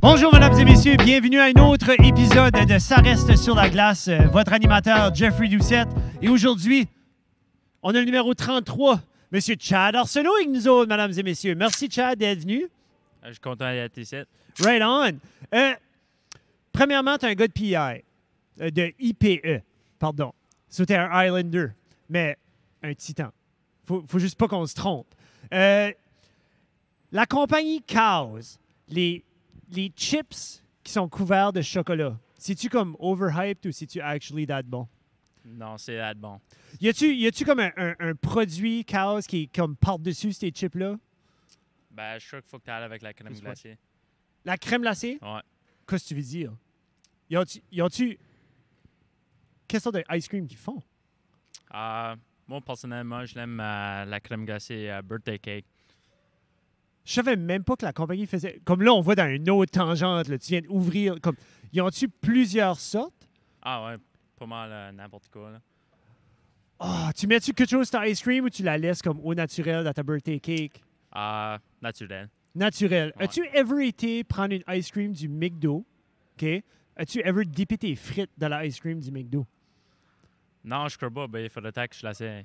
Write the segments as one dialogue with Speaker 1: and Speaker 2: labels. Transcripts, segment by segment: Speaker 1: Bonjour, mesdames et messieurs, bienvenue à un autre épisode de Ça reste sur la glace. Euh, Votre animateur, Jeffrey Doucette. Et aujourd'hui, on a le numéro 33, Monsieur Chad Arsenault avec nous autres, mesdames et messieurs. Merci, Chad, d'être venu.
Speaker 2: Ah, Je suis content d'être ici.
Speaker 1: Right on. Euh, premièrement, t'es un gars de PI, euh, de IPE, pardon. So, t'es un Islander, mais un titan. Faut, faut juste pas qu'on se trompe. Euh, la compagnie Cows, les, les chips qui sont couverts de chocolat, c'est-tu comme overhyped ou c'est-tu actually that bon?
Speaker 2: Non, c'est là de bon.
Speaker 1: Y a-tu y a-tu comme un, un- un produit Cows qui est comme par-dessus ces chips-là?
Speaker 2: Ben, je suis sûr qu'il faut que tu ailles avec la crème
Speaker 1: Excuse-moi.
Speaker 2: glacée.
Speaker 1: La crème glacée?
Speaker 2: Ouais.
Speaker 1: Qu'est-ce que tu veux dire? Y ont-tu. y ont-tu- Quelle sorte de ice cream qu'ils font?
Speaker 2: Euh, moi, personnellement, je l'aime euh, la crème glacée euh, birthday cake.
Speaker 1: Je savais même pas que la compagnie faisait. Comme là, on voit dans une autre tangente, là, tu viens d'ouvrir. Comme... Y ont-tu plusieurs sortes?
Speaker 2: Ah ouais, pas mal euh, n'importe quoi. Là.
Speaker 1: Ah, tu mets-tu quelque chose dans ice cream ou tu la laisses comme au naturel dans ta birthday cake?
Speaker 2: Euh, naturel.
Speaker 1: Naturel.
Speaker 2: Ouais.
Speaker 1: As-tu ever été prendre une ice cream du McDo? OK? As-tu ever dippé tes frites dans la ice cream du McDo?
Speaker 2: Non, je crois pas, ben, il faudrait peut-être que je l'essaie.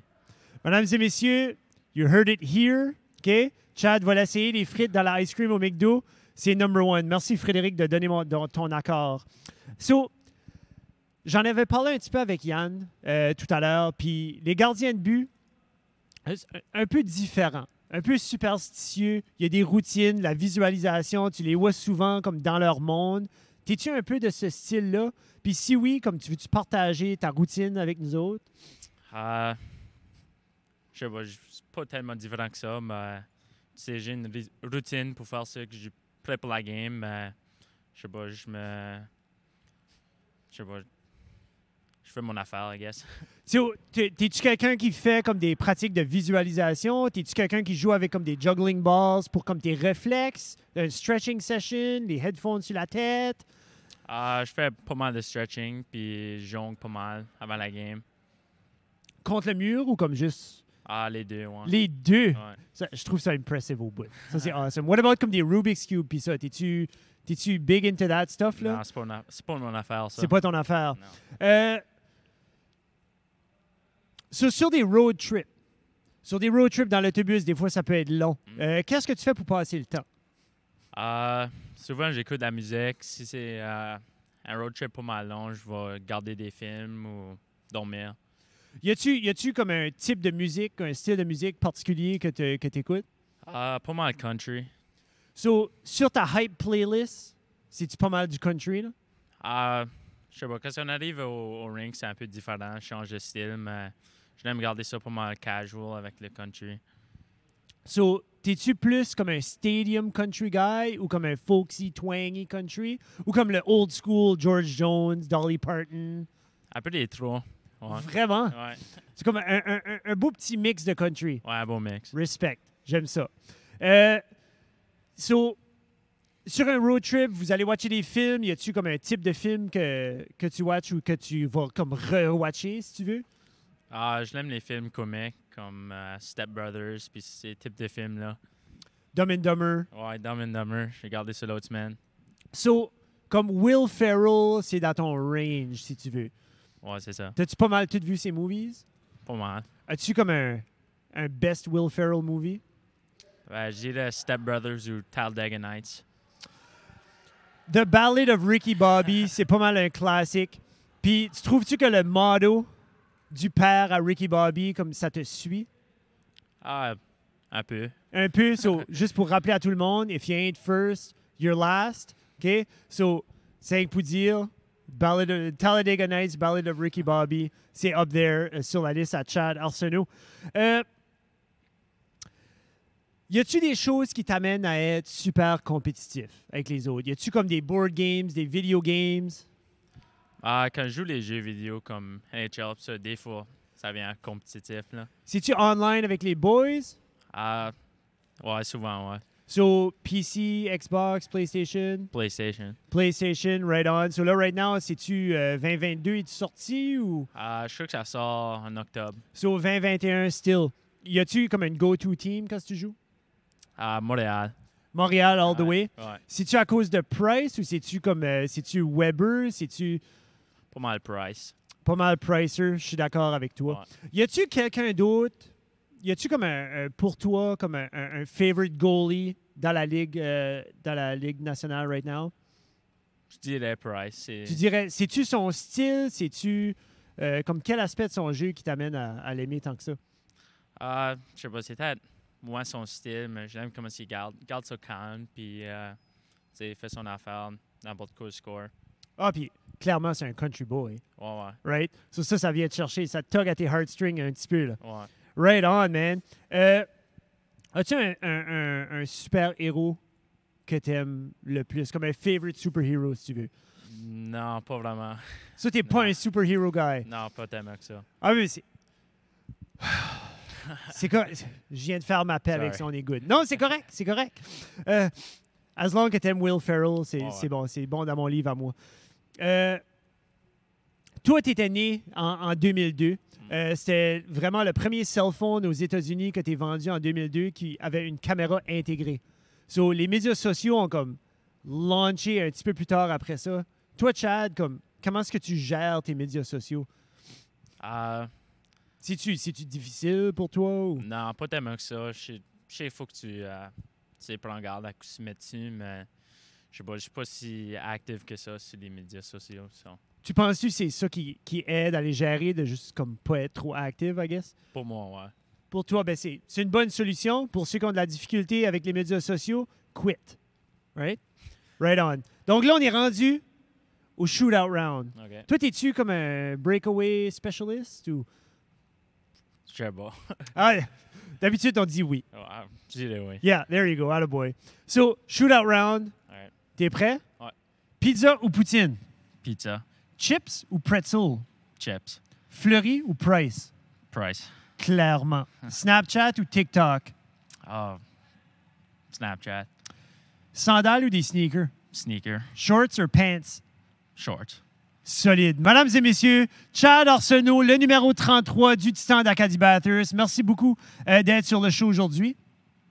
Speaker 1: Mesdames et messieurs, you heard it here. OK? Chad va l'essayer, les frites dans la ice cream au McDo. C'est number one. Merci, Frédéric, de donner mon- don- ton accord. So, j'en avais parlé un petit peu avec Yann euh, tout à l'heure. Puis les gardiens de but, un, un peu différents, un peu superstitieux. Il y a des routines, la visualisation. Tu les vois souvent comme dans leur monde. T'es-tu un peu de ce style-là? Puis si oui, comme tu veux-tu partager ta routine avec nous autres?
Speaker 2: Euh, je sais pas, je- c'est pas tellement différent que ça, mais tu sais, j'ai une ri- routine pour faire ce que je prêt pour la game. mais je sais pas, je me. Je sais pas. Je fais mon affaire, I guess.
Speaker 1: Tu sais, t'es- T'es-tu quelqu'un qui fait comme des pratiques de visualisation? T'es-tu quelqu'un qui joue avec comme des juggling balls pour comme tes réflexes? Un stretching session, les headphones sur la tête?
Speaker 2: Ah, je fais pas mal de stretching, puis je jongle pas mal avant la game.
Speaker 1: Contre le mur ou comme juste
Speaker 2: Ah, les deux, ouais.
Speaker 1: les deux?
Speaker 2: Ouais.
Speaker 1: Ça, je trouve ça impressive au bout. Ça, c'est awesome. What about comme des Rubik's Cube pis ça? T'es-tu t'es-tu big into that stuff là?
Speaker 2: Non, c'est pas, une aff- c'est pas mon affaire, ça.
Speaker 1: C'est pas ton affaire.
Speaker 2: Non.
Speaker 1: Euh, sur, sur des road trips, sur des road trips dans l'autobus, des fois ça peut être long.
Speaker 2: Mm.
Speaker 1: Euh, Qu'est-ce que tu fais pour passer le temps?
Speaker 2: Ah, souvent, j'écoute de la musique. Si c'est euh, un road trip pas mal long, je vais regarder des films ou dormir.
Speaker 1: Y a-tu, y a-tu comme un type de musique, un style de musique particulier que tu que écoutes?
Speaker 2: Ah, pas mal country.
Speaker 1: So, sur ta hype playlist, c'est-tu pas mal du country, là?
Speaker 2: Ah, je sais pas, quand on arrive au, au ring, c'est un peu différent, je change de style, mais je aime garder ça pas mal casual avec le country.
Speaker 1: So, t'es-tu plus comme un stadium country guy ou comme un folksy, twangy country? Ou comme le old school George Jones, Dolly Parton?
Speaker 2: Un peu les trois. Ouais.
Speaker 1: Vraiment?
Speaker 2: Ouais,
Speaker 1: C'est comme un, un- un- un beau petit mix de country.
Speaker 2: ouais un beau mix.
Speaker 1: Respect. J'aime ça. Euh, so, sur un road trip, vous allez watcher des films. Y a-tu comme un type de film que, que tu watches ou que tu vas comme re-watcher, si tu veux?
Speaker 2: Ah, je l'aime les films comiques comme euh, Step Brothers, puis ces types de films-là.
Speaker 1: Dumb and Dumber.
Speaker 2: Ouais, Dumb and Dumber, j'ai gardé ça l'autre semaine.
Speaker 1: So, comme Will Ferrell, c'est dans ton range, si tu veux.
Speaker 2: Ouais, c'est ça.
Speaker 1: T'as-tu pas mal tout vu ses movies?
Speaker 2: Pas mal.
Speaker 1: As-tu comme un, un best Will Ferrell movie?
Speaker 2: Ouais, je dirais Step Brothers ou Talladega Nights.
Speaker 1: The Ballad of Ricky Bobby, c'est pas mal un classique. Puis, tu trouves-tu que le motto du père à Ricky Bobby, comme ça te suit?
Speaker 2: Ah, un peu.
Speaker 1: Un peu, so, juste pour rappeler à tout le monde, if you ain't first, you're last. OK? So, c'est pour dire, Ballad of, Talladega Nights, Ballad of Ricky Bobby, c'est up there euh, sur la liste à Chad Arsenault. Euh, y a-tu des choses qui t'amènent à être super compétitif avec les autres? Y a-tu comme des board games, des video games?
Speaker 2: Ah, quand je joue les jeux vidéo comme NHL, pis ça, des fois, ça vient compétitif, là.
Speaker 1: C'est-tu online avec les boys?
Speaker 2: Ah, ouais, souvent, ouais.
Speaker 1: So, PC, Xbox, PlayStation?
Speaker 2: PlayStation.
Speaker 1: PlayStation, right on. So là, right now, c'est-tu euh, 2022, es-tu sorti ou
Speaker 2: Ah, je suis sûr que ça sort en octobre.
Speaker 1: so 2021 still? Y a-tu comme une go-to team quand tu joues?
Speaker 2: À Ah, Montréal.
Speaker 1: Montréal all the
Speaker 2: Ouais,
Speaker 1: way.
Speaker 2: ouais.
Speaker 1: C'est-tu à cause de Price ou c'est-tu comme. euh, c'est-tu Weber? C'est-tu
Speaker 2: Pas mal Price.
Speaker 1: pas mal Pricer? Je suis d'accord avec toi. Y a-tu quelqu'un d'autre? Y a-tu comme un, un- pour toi, comme un, un- un favorite goalie dans la ligue, euh, dans la ligue nationale right now?
Speaker 2: Je dirais Price. c'est-
Speaker 1: Tu dirais, c'est-tu son style? C'est-tu euh, comme quel aspect de son jeu qui t'amène à, à l'aimer tant que ça?
Speaker 2: Ah, je sais pas, c'est peut-être moins son style, mais j'aime comment il garde, garde ça calme, puis euh, tu sais, il fait son affaire, n'importe quoi, il score.
Speaker 1: Ah, puis clairement, c'est un country boy,
Speaker 2: Ouais, ouais,
Speaker 1: right? So ça, ça vient te chercher, ça tug à tes heartstrings un petit peu, là.
Speaker 2: ouais.
Speaker 1: Right on, man. Euh, As-tu un, un- un- un super-héros que t'aimes le plus? Comme un favorite super-héros, si tu veux.
Speaker 2: Non, pas vraiment.
Speaker 1: Ça, t'es pas
Speaker 2: Non.
Speaker 1: un super-hero guy.
Speaker 2: Non, pas tellement que ça.
Speaker 1: Ah oui, c'est... C'est correct. Je viens de faire ma paix avec son
Speaker 2: Sorry.
Speaker 1: on est good. Non, c'est correct, c'est correct. Euh, as long que t'aimes Will Ferrell, c'est
Speaker 2: Ouais, ouais.
Speaker 1: c'est bon, c'est bon dans mon livre à moi. Euh, toi, t'étais né en, en 2002.
Speaker 2: Mm.
Speaker 1: Euh, C'était vraiment le premier cell phone aux États-Unis que t'es vendu en 2002 qui avait une caméra intégrée. So, les médias sociaux ont comme launché un petit peu plus tard après ça. Toi, Chad, comme, comment est-ce que tu gères tes médias sociaux?
Speaker 2: Ah,
Speaker 1: C'est-tu c'est-tu difficile pour toi? Ou...
Speaker 2: non, pas tellement que ça. Je sais- je sais, il faut que tu, euh, tu sais, prends garde à ce que tu mets dessus, mais je sais pas, je suis pas si actif que ça sur les médias sociaux. so,
Speaker 1: Tu penses-tu que c'est ça qui, qui aide à les gérer, de juste comme pas être trop active, I guess?
Speaker 2: Pour moi, ouais.
Speaker 1: Pour toi, ben c'est c'est une bonne solution. Pour ceux qui ont de la difficulté avec les médias sociaux, quit. Right? Right on. Donc là, on est rendu au shootout round.
Speaker 2: Ok.
Speaker 1: Toi, es-tu comme un breakaway specialist ou.
Speaker 2: Je sais pas.
Speaker 1: Ah, d'habitude, on dit oui.
Speaker 2: Ouais, je dirais oui.
Speaker 1: Yeah, there you go, boy. So, shootout round,
Speaker 2: Alright.
Speaker 1: t'es prêt?
Speaker 2: Ouais.
Speaker 1: Pizza ou poutine?
Speaker 2: Pizza,
Speaker 1: Chips ou pretzel?
Speaker 2: chips,
Speaker 1: Fleury ou Price?
Speaker 2: price.
Speaker 1: Clairement. Snapchat ou TikTok?
Speaker 2: Ah, Snapchat,
Speaker 1: Sandales ou des sneakers?
Speaker 2: sneaker,
Speaker 1: Shorts ou pants?
Speaker 2: shorts.
Speaker 1: Solide. Mesdames et messieurs, Chad Arsenault, le numéro 33 du Titan d'Acadie Bathurst. Merci beaucoup euh, d'être sur le show aujourd'hui.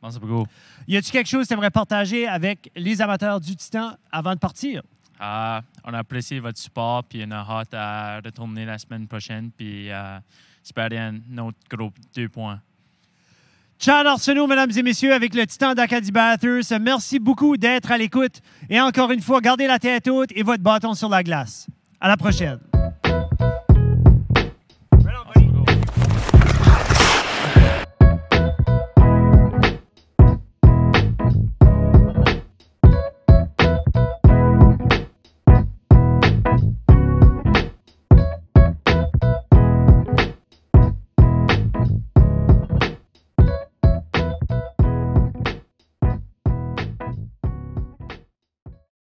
Speaker 2: Merci beaucoup.
Speaker 1: Y a-tu quelque chose que tu aimerais partager avec les amateurs du Titan avant de partir?
Speaker 2: Ah, on apprécie votre support, puis on a hâte à retourner la semaine prochaine, puis euh, j'espère un autre groupe deux points.
Speaker 1: Chad Arsenault, mesdames et messieurs, avec le Titan d'Acadie Bathurst. Merci beaucoup d'être à l'écoute. Et encore une fois, gardez la tête haute et votre bâton sur la glace. À la prochaine.